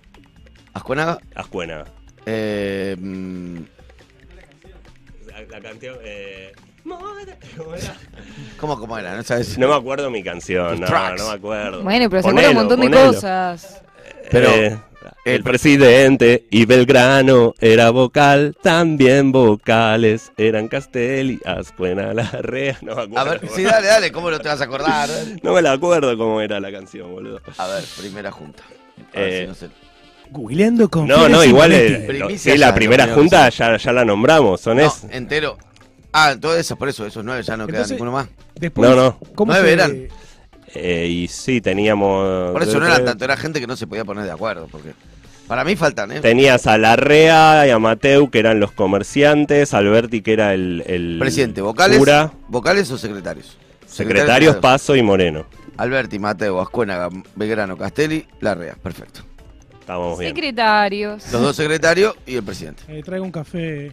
Speaker 1: Ascuenaga.
Speaker 2: Ascuena.
Speaker 1: Eh, mm,
Speaker 2: La, la canción, eh,
Speaker 1: ¿cómo, ¿Cómo era? No sabes.
Speaker 2: No me acuerdo mi canción,
Speaker 1: Tus
Speaker 2: no,
Speaker 1: tracks.
Speaker 2: no me acuerdo.
Speaker 4: Bueno, pero se
Speaker 2: Ponelo,
Speaker 4: acuerda un montón de
Speaker 2: ponelo.
Speaker 4: cosas.
Speaker 1: Pero-
Speaker 2: Eh, el presidente y Belgrano era vocal, también vocales eran Castelli, Ascuena, Larrea, no me acuerdo.
Speaker 1: A ver, sí, dale, dale. ¿Cómo no te vas a acordar?
Speaker 2: No me la acuerdo cómo era la canción, boludo.
Speaker 1: A ver, primera junta. A ver
Speaker 2: Eh,
Speaker 1: si no se-
Speaker 3: Googleando con
Speaker 2: No,
Speaker 3: Fede
Speaker 2: no, igual
Speaker 3: Simonetti.
Speaker 2: es,
Speaker 1: Primicia
Speaker 2: sí,
Speaker 1: ya,
Speaker 2: la
Speaker 1: lo
Speaker 2: primera
Speaker 1: primero que
Speaker 2: junta ya, ya la nombramos, son
Speaker 1: No,
Speaker 2: es-
Speaker 1: entero. Ah, todo eso, por eso, esos nueve ya no queda
Speaker 3: Entonces-
Speaker 1: ninguno más.
Speaker 3: Después,
Speaker 2: No, no.
Speaker 3: ¿cómo
Speaker 1: Nueve
Speaker 3: se-
Speaker 1: eran.
Speaker 2: eh, y sí, teníamos...
Speaker 1: Por eso no era tanto, era gente que no se podía poner de acuerdo, porque para mí faltan, ¿eh?
Speaker 2: Tenías a Larrea y a Mateu, que eran los comerciantes, Alberti, que era el... el
Speaker 1: Presidente, vocales,
Speaker 2: cura,
Speaker 1: vocales o secretarios.
Speaker 2: secretarios,
Speaker 1: Paz.
Speaker 2: Paso y Moreno.
Speaker 1: Alberti, Mateo, Ascuénaga, Belgrano, Castelli, Larrea, perfecto.
Speaker 2: Estábamos bien.
Speaker 4: Secretarios.
Speaker 1: Los dos secretarios y el presidente.
Speaker 3: Eh, traigo un café.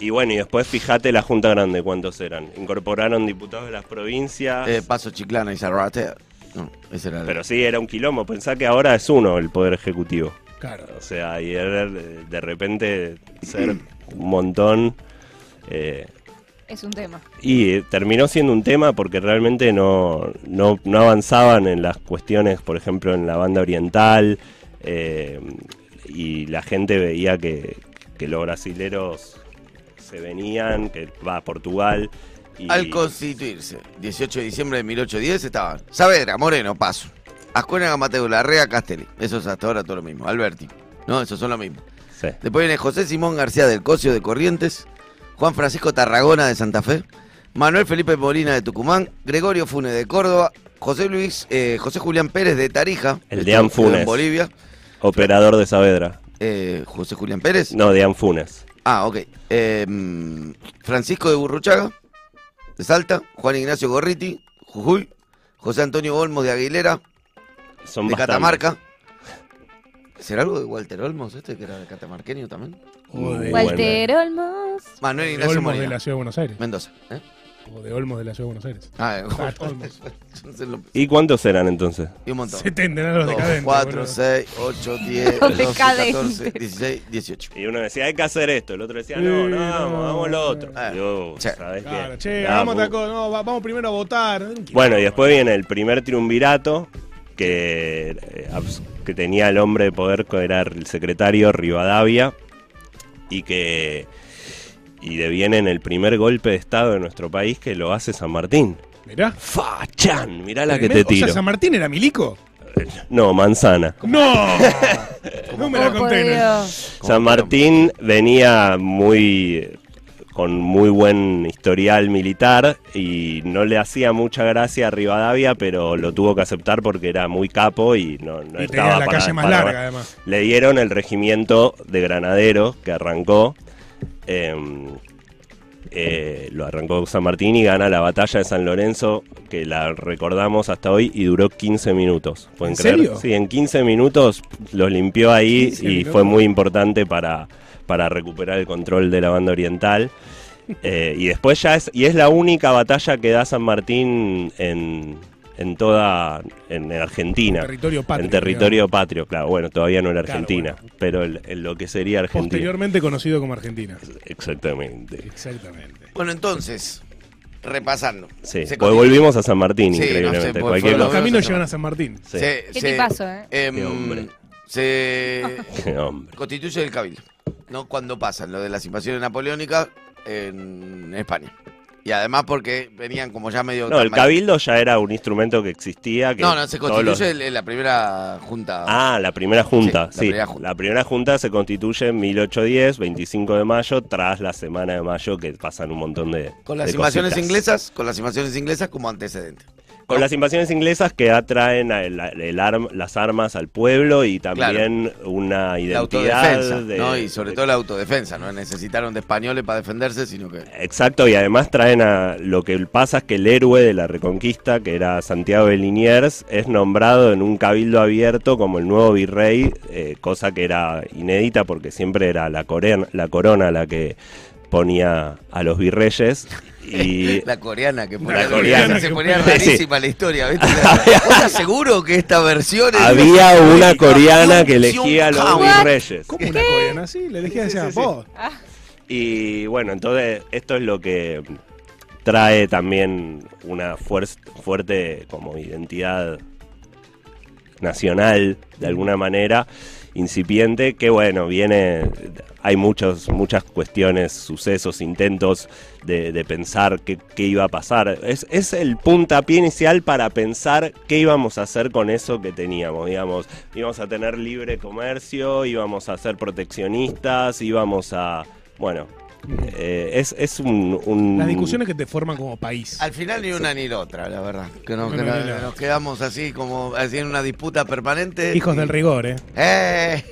Speaker 2: Y bueno, y después fíjate la Junta Grande cuántos eran. Incorporaron diputados de las provincias.
Speaker 1: Eh, Paso Chiclana y Zarrate. No, ese era el-
Speaker 2: Ah. pero sí, era un quilombo. Pensá que ahora es uno el Poder Ejecutivo.
Speaker 3: Claro.
Speaker 2: O sea, y era, eh, de repente ser un montón. eh,
Speaker 4: Es un tema.
Speaker 2: y eh, terminó siendo un tema porque realmente no, no, no avanzaban en las cuestiones, por ejemplo, en la banda oriental. eh, y la gente veía que, que los brasileros se venían, que va a Portugal. Y,
Speaker 1: Al constituirse, 18 de diciembre de 1810 estaban Saavedra, Moreno, Paso, Ascuénaga, Mateo, Larrea, Castelli. Eso es hasta ahora todo lo mismo. Alberti. No, esos son lo mismo.
Speaker 2: Sí.
Speaker 1: Después viene José Simón García del Cocio de Corrientes, Juan Francisco Tarragona de Santa Fe, Manuel Felipe Molina de Tucumán, Gregorio Funes de Córdoba, José Luis, eh, José Julián Pérez de Tarija,
Speaker 2: El
Speaker 1: esto
Speaker 2: Deán
Speaker 1: quedó en
Speaker 2: Funes.
Speaker 1: Bolivia,
Speaker 2: Operador de Saavedra.
Speaker 1: Eh, José Julián Pérez,
Speaker 2: No, de Anfunes.
Speaker 1: ah, ok, Eh, mm, Francisco de Burruchaga, de Salta, Juan Ignacio Gorriti, Jujuy, José Antonio Olmos de Aguilera,
Speaker 2: Son
Speaker 1: de
Speaker 2: bastantes.
Speaker 1: Catamarca. ¿Será algo de Walter Olmos este que era catamarqueño también?
Speaker 3: O de,
Speaker 2: Bueno.
Speaker 4: Walter Olmos.
Speaker 1: Manuel
Speaker 3: de
Speaker 1: Ignacio
Speaker 3: Eh, Olmos de
Speaker 1: Molina.
Speaker 3: la Ciudad de Buenos Aires.
Speaker 1: Mendoza. ¿eh?
Speaker 3: O de Olmos de la Ciudad de Buenos Aires.
Speaker 1: Ah,
Speaker 3: Ah, Olmos.
Speaker 1: entonces lo-
Speaker 2: ¿Y cuántos eran entonces?
Speaker 1: y un montón.
Speaker 3: Se tenden a los decadentes.
Speaker 1: 4,
Speaker 3: boludo.
Speaker 1: 6, 8, 10,
Speaker 4: Los
Speaker 1: 12, 14,
Speaker 4: decadentes.
Speaker 1: 16, 18.
Speaker 2: Y uno decía, hay que hacer esto. El otro decía, no,
Speaker 3: Sí,
Speaker 2: no, vamos,
Speaker 3: no.
Speaker 2: vamos lo otro.
Speaker 1: Ah,
Speaker 2: Yo,
Speaker 1: che.
Speaker 2: ¿sabés qué?
Speaker 3: Claro, che,
Speaker 2: Ah,
Speaker 3: vamos,
Speaker 2: muy-
Speaker 3: taco, no, va- vamos primero a votar.
Speaker 2: Bueno, y después viene el primer triunvirato que, eh, abs- que tenía el hombre de poder, que era el secretario Rivadavia, y que y deviene en el primer golpe de Estado de nuestro país que lo hace San Martín.
Speaker 3: Mirá.
Speaker 2: ¡Fachan! Mirá la que
Speaker 3: Tremendo.
Speaker 2: te
Speaker 3: O
Speaker 2: tiro.
Speaker 3: sea, San Martín era milico.
Speaker 2: No, manzana.
Speaker 3: ¡No!
Speaker 2: [LAUGHS]
Speaker 3: no me la
Speaker 4: Oh, por
Speaker 3: conté.
Speaker 4: Dios.
Speaker 2: San Martín venía muy con muy buen historial militar y no le hacía mucha gracia a Rivadavia, pero lo tuvo que aceptar porque era muy capo y no, no
Speaker 3: Y
Speaker 2: estaba
Speaker 3: tenía la
Speaker 2: para-
Speaker 3: calle más
Speaker 2: para-
Speaker 3: larga, además.
Speaker 2: Le dieron el regimiento de granaderos que arrancó. eh, eh, lo arrancó San Martín y gana la batalla de San Lorenzo, que la recordamos hasta hoy y duró 15 minutos. ¿Pueden
Speaker 3: ¿En
Speaker 2: creer?
Speaker 3: serio?
Speaker 2: Sí, en 15 minutos los limpió ahí
Speaker 3: 15
Speaker 2: y
Speaker 3: minutos.
Speaker 2: fue muy importante para, para recuperar el control de la banda
Speaker 3: [LAUGHS]
Speaker 2: oriental. Eh, y después ya es, y es la única batalla que da San Martín en, en toda en Argentina.
Speaker 3: Territorio patrio,
Speaker 2: En territorio patrio, claro. Bueno, todavía no era
Speaker 3: Claro,
Speaker 2: Argentina, pero el- en lo que sería Argentina.
Speaker 3: Posteriormente conocido como Argentina.
Speaker 2: Exactamente.
Speaker 3: Exactamente.
Speaker 1: Bueno, entonces, repasando.
Speaker 2: Sí,
Speaker 1: Se
Speaker 2: pues
Speaker 1: continúa.
Speaker 2: volvimos a San Martín,
Speaker 1: Sí, no sé,
Speaker 2: increíblemente.
Speaker 1: fue-
Speaker 2: Cualquier
Speaker 1: fue lo
Speaker 3: Los
Speaker 1: veo,
Speaker 2: cosa.
Speaker 3: caminos
Speaker 1: señor.
Speaker 3: llevan a San Martín.
Speaker 2: Sí,
Speaker 1: Se-
Speaker 4: Qué
Speaker 1: se-
Speaker 4: tipazo, ¿eh?
Speaker 1: em,
Speaker 2: Qué hombre.
Speaker 1: Se
Speaker 2: qué [LAUGHS] hombre.
Speaker 1: constituye el cabildo, ¿no? Cuando pasan lo de las invasiones napoleónicas en España. Y además porque venían como ya medio...
Speaker 2: No, el
Speaker 1: tambaleando.
Speaker 2: cabildo ya era un instrumento que existía. Que
Speaker 1: No, no, se
Speaker 2: todos
Speaker 1: constituye
Speaker 2: los-
Speaker 1: el- el- la primera junta.
Speaker 2: Ah, la primera
Speaker 1: Sí,
Speaker 2: junta,
Speaker 1: la
Speaker 2: sí.
Speaker 1: primera junta.
Speaker 2: La primera junta se constituye en 1810, 25 de mayo, tras la semana de mayo que pasan un montón de
Speaker 1: con las
Speaker 2: de
Speaker 1: invasiones
Speaker 2: cositas.
Speaker 1: inglesas, con las invasiones inglesas como antecedente.
Speaker 2: Con las invasiones inglesas que atraen a- el- el arm- las armas al pueblo y también una
Speaker 1: la
Speaker 2: identidad
Speaker 1: autodefensa,
Speaker 2: de-
Speaker 1: ¿no? Y sobre
Speaker 2: de-
Speaker 1: todo la autodefensa, no necesitaron de españoles para defenderse, sino que
Speaker 2: Exacto, y además traen a lo que pasa es que el héroe de la Reconquista, que era Santiago de Liniers, es nombrado en un cabildo abierto como el nuevo virrey, eh, cosa que era inédita porque siempre era la, coren- la corona la que ponía a los virreyes.
Speaker 1: [LAUGHS]
Speaker 2: Y
Speaker 1: la coreana que ponía,
Speaker 2: La coreana
Speaker 1: se
Speaker 3: que
Speaker 1: ponía
Speaker 2: ponía-
Speaker 1: rarísima la historia,
Speaker 2: [LAUGHS]
Speaker 1: ¿viste? ¿Vos estás seguro que esta versión es- [LAUGHS]
Speaker 2: había una coreana que elegía a los
Speaker 1: What?
Speaker 2: virreyes.
Speaker 3: ¿Cómo una coreana así? Le dejé allá. Vos.
Speaker 2: Y bueno, entonces esto es lo que trae también una fuer- fuerte como identidad nacional, de alguna manera, incipiente, que bueno, viene, hay muchos, muchas cuestiones, sucesos, intentos de, de pensar qué, qué iba a pasar. Es, es el puntapié inicial para pensar qué íbamos a hacer con eso que teníamos, digamos, íbamos a tener libre comercio, íbamos a ser proteccionistas, íbamos a... Bueno, eh, es, es un, un-
Speaker 3: Las discusiones que te forman como país.
Speaker 1: Al final ni una ni la otra, la verdad. Que nos,
Speaker 3: No,
Speaker 1: que
Speaker 3: no,
Speaker 1: nos-
Speaker 3: ni la-
Speaker 1: nos quedamos así como así en una disputa permanente.
Speaker 3: Hijos del rigor, ¿eh?
Speaker 1: Eh,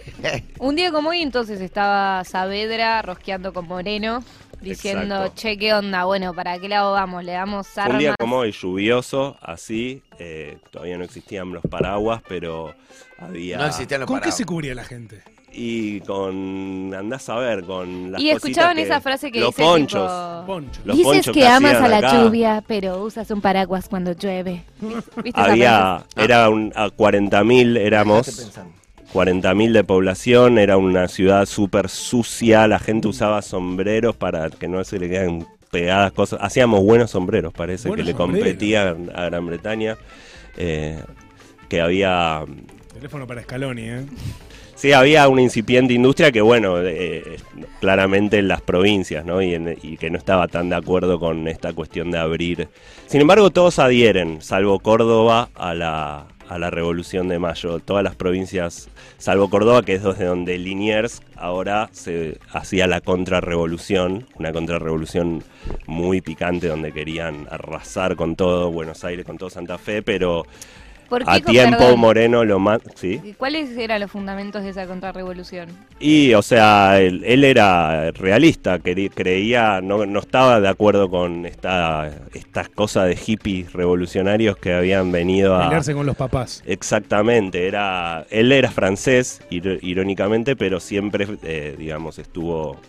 Speaker 4: Un día como hoy entonces estaba Saavedra rosqueando con Moreno, diciendo,
Speaker 2: Exacto.
Speaker 4: che, ¿qué onda? Bueno, ¿para qué lado vamos? Le damos
Speaker 2: Fue
Speaker 4: armas.
Speaker 2: un día como hoy, lluvioso, así, eh, todavía no existían los paraguas, pero había...
Speaker 1: no existían los
Speaker 3: ¿Con qué
Speaker 1: parados.
Speaker 3: se cubría la gente?
Speaker 2: Y con, andás a ver, con las
Speaker 4: y
Speaker 2: cositas
Speaker 4: escuchaban
Speaker 2: que-
Speaker 4: esa frase que
Speaker 2: Los
Speaker 4: dice
Speaker 2: ponchos.
Speaker 4: tipo,
Speaker 3: Poncho.
Speaker 2: Los ponchos hacían acá.
Speaker 4: pero usas un paraguas cuando llueve. ¿Viste esa frase?
Speaker 2: Había, era un, a 40.000 éramos, 40.000 de población, era una ciudad súper sucia, la gente usaba sombreros para que no se le quedan pegadas cosas. Hacíamos buenos sombreros, parece,
Speaker 3: Buenos
Speaker 2: que le
Speaker 3: sombreros.
Speaker 2: competían a Gran Bretaña. eh, que había
Speaker 3: Teléfono para Scaloni, ¿eh?
Speaker 2: Sí, había una incipiente industria que, bueno, eh, eh, claramente en las provincias, ¿no? Y, en- y que no estaba tan de acuerdo con esta cuestión de abrir. Sin embargo, todos adhieren, salvo Córdoba, a la, a la Revolución de Mayo. Todas las provincias, salvo Córdoba, que es desde donde Liniers ahora se hacía la contrarrevolución, una contrarrevolución muy picante donde querían arrasar con todo Buenos Aires, con todo Santa Fe, pero
Speaker 4: ¿Por qué
Speaker 2: a
Speaker 4: con-
Speaker 2: tiempo
Speaker 4: perdón,
Speaker 2: Moreno lo más... ¿Sí?
Speaker 4: ¿Cuáles eran los fundamentos de esa contrarrevolución?
Speaker 2: Y, o sea, él, él era realista, queri- creía, no, no estaba de acuerdo con esta, estas cosas de hippies revolucionarios que habían venido a...
Speaker 3: Pelearse con los papás.
Speaker 2: Exactamente, era, él era francés, ir- irónicamente, pero siempre, eh, digamos, estuvo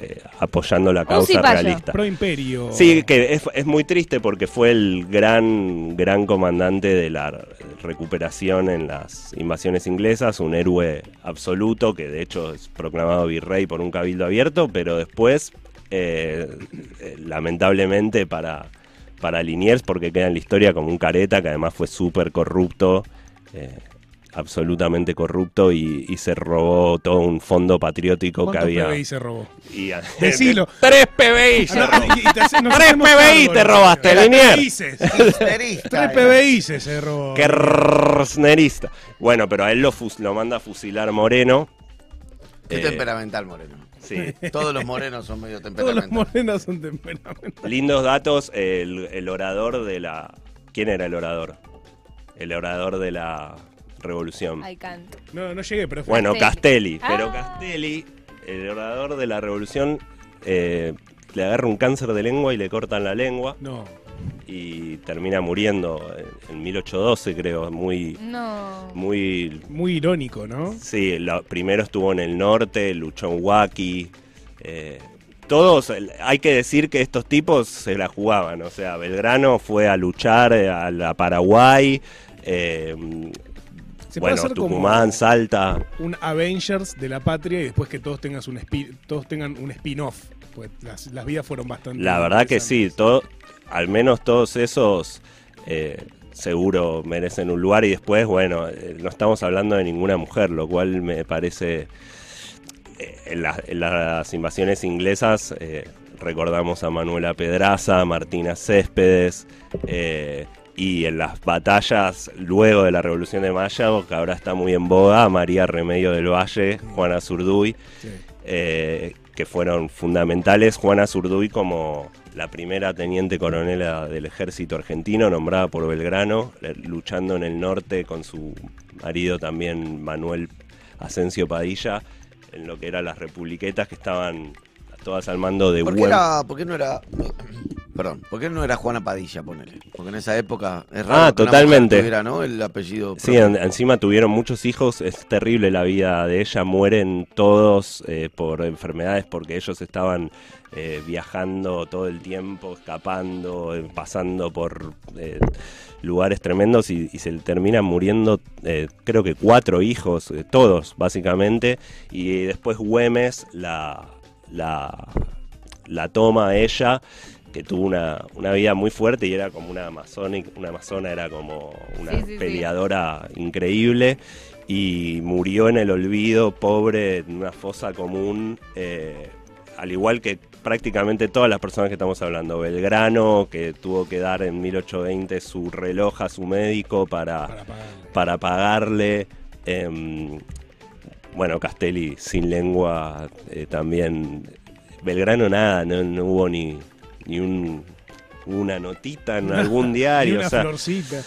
Speaker 2: eh, apoyando la causa
Speaker 4: cipayo.
Speaker 2: realista.
Speaker 3: Pro imperio.
Speaker 2: Sí, que es, es muy triste porque fue el gran, gran comandante de la recuperación en las invasiones inglesas, un héroe absoluto que de hecho es proclamado virrey por un cabildo abierto, pero después, eh, eh, lamentablemente para, para Liniers, porque queda en la historia como un careta que además fue súper corrupto. eh, absolutamente corrupto y, y se robó todo un fondo patriótico que
Speaker 3: ¿Cuántos
Speaker 2: había.
Speaker 3: PBI se robó?
Speaker 2: Y-
Speaker 3: Decilo.
Speaker 2: [LAUGHS] Tres PBI se
Speaker 3: Ah, no, y- y te hace- nos
Speaker 2: Tres
Speaker 3: hacemos
Speaker 2: PBI
Speaker 3: cargo,
Speaker 2: te
Speaker 3: ¿no?
Speaker 2: robaste,
Speaker 3: Tres
Speaker 2: Liniers.
Speaker 3: PBIs.
Speaker 1: Misterista,
Speaker 3: Tres PBI se robó.
Speaker 2: Qué rosnerista. Bueno, pero a él lo, fus- lo manda a fusilar Moreno.
Speaker 1: Qué
Speaker 2: Eh,
Speaker 1: temperamental, Moreno.
Speaker 2: Sí.
Speaker 1: Todos los morenos son medio
Speaker 3: Todos los
Speaker 1: temperamentales.
Speaker 3: morenos son temperamentales.
Speaker 2: Lindos datos. El, el orador de la. ¿Quién era el orador? El orador de la revolución.
Speaker 4: I can't.
Speaker 3: [LAUGHS] No, no llegué, pero fue.
Speaker 2: Bueno, Castelli.
Speaker 4: Ah.
Speaker 2: Pero Castelli, el orador de la revolución, eh, le agarra un cáncer de lengua y le cortan la lengua
Speaker 3: No.
Speaker 2: y termina muriendo en- en 1812, creo. Muy.
Speaker 4: No.
Speaker 2: Muy
Speaker 3: Muy irónico, ¿no?
Speaker 2: Sí, lo- primero estuvo en el norte, luchó en Huaki. eh, todos, el- hay que decir que estos tipos se la jugaban. O sea, Belgrano fue a luchar eh, a la Paraguay. eh,
Speaker 3: Se puede
Speaker 2: bueno,
Speaker 3: hacer como-
Speaker 2: Tucumán, Salta.
Speaker 3: un Avengers de la patria y después que todos tengan un spi- todos tengan un spin-off. Pues las, las vidas fueron bastante.
Speaker 2: La verdad que sí,
Speaker 3: interesantes.
Speaker 2: todo, al menos todos esos eh, seguro merecen un lugar y después, bueno, eh, no estamos hablando de ninguna mujer, lo cual me parece... eh, En, la- en las invasiones inglesas eh, recordamos a Manuela Pedraza, a Martina Céspedes, eh, y en las batallas luego de la Revolución de Mayo, que ahora está muy en boga, María Remedio del Valle, Juana Zurduy,
Speaker 3: Sí.
Speaker 2: eh, que fueron fundamentales. Juana Zurduy como la primera teniente coronela del ejército argentino, nombrada por Belgrano, eh, luchando en el norte con su marido también Manuel Asensio Padilla, en lo que eran las republiquetas que estaban todas al mando de
Speaker 1: ¿Por qué,
Speaker 2: Güem-
Speaker 1: era, ¿Por qué no era.? Perdón, ¿por qué no era Juana Padilla, ponele? Porque en esa época es raro.
Speaker 2: Ah,
Speaker 1: que una
Speaker 2: totalmente.
Speaker 1: mujer tuviera, ¿no? El apellido.
Speaker 2: Sí, en- encima tuvieron muchos hijos, es terrible la vida de ella, mueren todos eh, por enfermedades porque ellos estaban eh, viajando todo el tiempo, escapando, eh, pasando por eh, lugares tremendos y, y se le terminan muriendo eh, creo que cuatro hijos, eh, todos básicamente, y después Güemes la, la, la toma a ella que tuvo una, una vida muy fuerte y era como una amazona, una amazona era como una
Speaker 4: Sí, sí, sí.
Speaker 2: peleadora increíble y murió en el olvido, pobre, en una fosa común, eh, al igual que prácticamente todas las personas que estamos hablando. Belgrano, que tuvo que dar en 1820 su reloj a su médico
Speaker 3: Para pagarle.
Speaker 2: para pagarle. em, bueno, Castelli sin lengua eh, también. Belgrano nada, no, no hubo ni, ni un- una notita en
Speaker 3: [LAUGHS]
Speaker 2: algún
Speaker 3: Y
Speaker 2: diario.
Speaker 3: una
Speaker 2: o sea,
Speaker 3: florcita.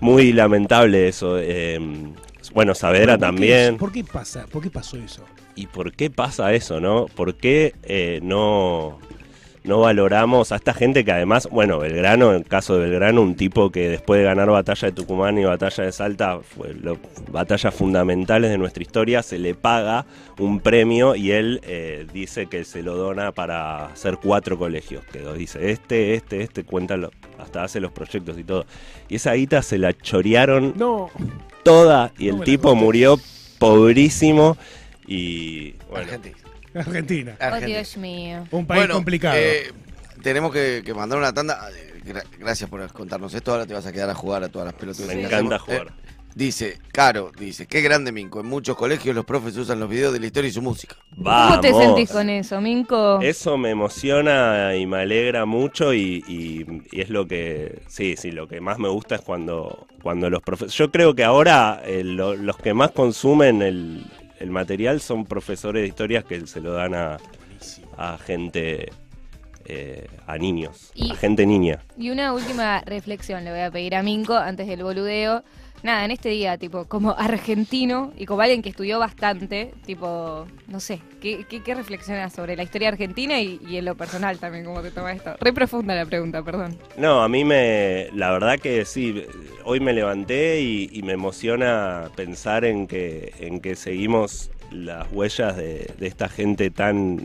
Speaker 2: muy lamentable eso. em, bueno, Saavedra
Speaker 3: ¿Por qué
Speaker 2: también.
Speaker 3: es- ¿Por qué pasa? ¿Por qué pasó eso?
Speaker 2: ¿Y por qué pasa eso, no? ¿Por qué eh, no, no valoramos a esta gente que además, bueno, Belgrano, en el caso de Belgrano, un tipo que después de ganar batalla de Tucumán y batalla de Salta, fue lo- batallas fundamentales de nuestra historia, se le paga un premio y él eh, dice que se lo dona para hacer cuatro colegios, que lo dice este, este, este, cuenta lo- hasta hace los proyectos y todo. Y esa guita se la chorearon
Speaker 3: No.
Speaker 2: toda y
Speaker 3: No
Speaker 2: el
Speaker 3: me la
Speaker 2: tipo
Speaker 3: contés.
Speaker 2: murió pobrísimo y bueno,
Speaker 1: Argentina.
Speaker 3: Argentina.
Speaker 4: Oh,
Speaker 1: Argentina.
Speaker 4: Dios mío.
Speaker 3: Un país
Speaker 1: Bueno,
Speaker 3: complicado.
Speaker 1: eh, tenemos que, que mandar una tanda. Eh, gra- Gracias por contarnos esto. Ahora te vas a quedar a jugar a todas las pelotas.
Speaker 2: me encanta jugar.
Speaker 1: Dice, Caro, dice, qué grande Minco. En muchos colegios los profes usan los videos de la historia y su música.
Speaker 4: ¿Cómo te
Speaker 2: Vamos.
Speaker 4: sentís con eso, Minco?
Speaker 2: Eso me emociona y me alegra mucho y, y- y es lo que, sí, sí, lo que más me gusta es cuando, cuando los profesores, yo creo que ahora eh, lo- los que más consumen el, el material son profesores de historias que se lo dan a, a gente, eh, a niños,
Speaker 4: Y-
Speaker 2: a gente niña.
Speaker 4: Y una última reflexión le voy a pedir a Minco antes del boludeo. Nada, en este día, tipo, como argentino y como alguien que estudió bastante, tipo, no sé, ¿qué, qué, qué reflexionas sobre la historia argentina y, y en lo personal también, cómo te toma esto? Re profunda la pregunta, perdón.
Speaker 2: No, a mí me, la verdad que sí, hoy me levanté y, y me emociona pensar en que, en que seguimos las huellas de, de esta gente tan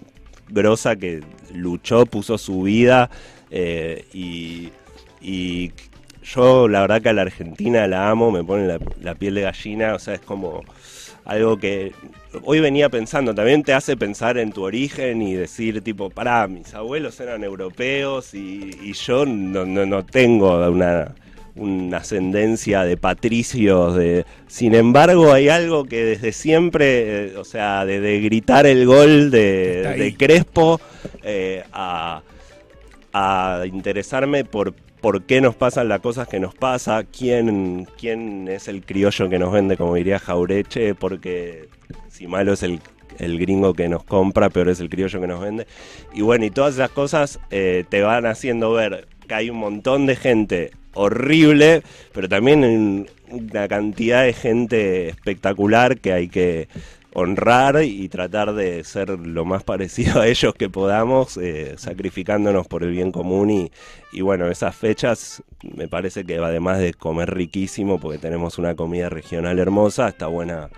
Speaker 2: grosa que luchó, puso su vida eh, y, y yo la verdad que a la Argentina la amo, me pone la, la piel de gallina, o sea, es como algo que hoy venía pensando, también te hace pensar en tu origen y decir tipo, pará, mis abuelos eran europeos y, y yo no, no, no tengo una, una ascendencia de patricios, de... sin embargo hay algo que desde siempre, eh, o sea, de, de gritar el gol
Speaker 3: Está
Speaker 2: de,
Speaker 3: ahí.
Speaker 2: de Crespo eh, a a interesarme por por qué nos pasan las cosas que nos pasa, quién, quién es el criollo que nos vende, como diría Jaureche, porque si malo es el, el gringo que nos compra, peor es el criollo que nos vende. Y bueno, y todas esas cosas eh, te van haciendo ver que hay un montón de gente horrible, pero también en una cantidad de gente espectacular que hay que honrar y tratar de ser lo más parecido a ellos que podamos, eh, sacrificándonos por el bien común. Y, y bueno, esas fechas me parece que además de comer riquísimo, porque tenemos una comida regional hermosa, está buena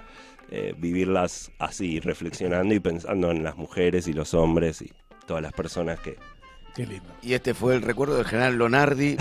Speaker 2: eh, vivirlas así, reflexionando y pensando en las mujeres y los hombres y todas las personas que...
Speaker 3: Qué lindo.
Speaker 1: Y este fue el recuerdo del general Lonardi.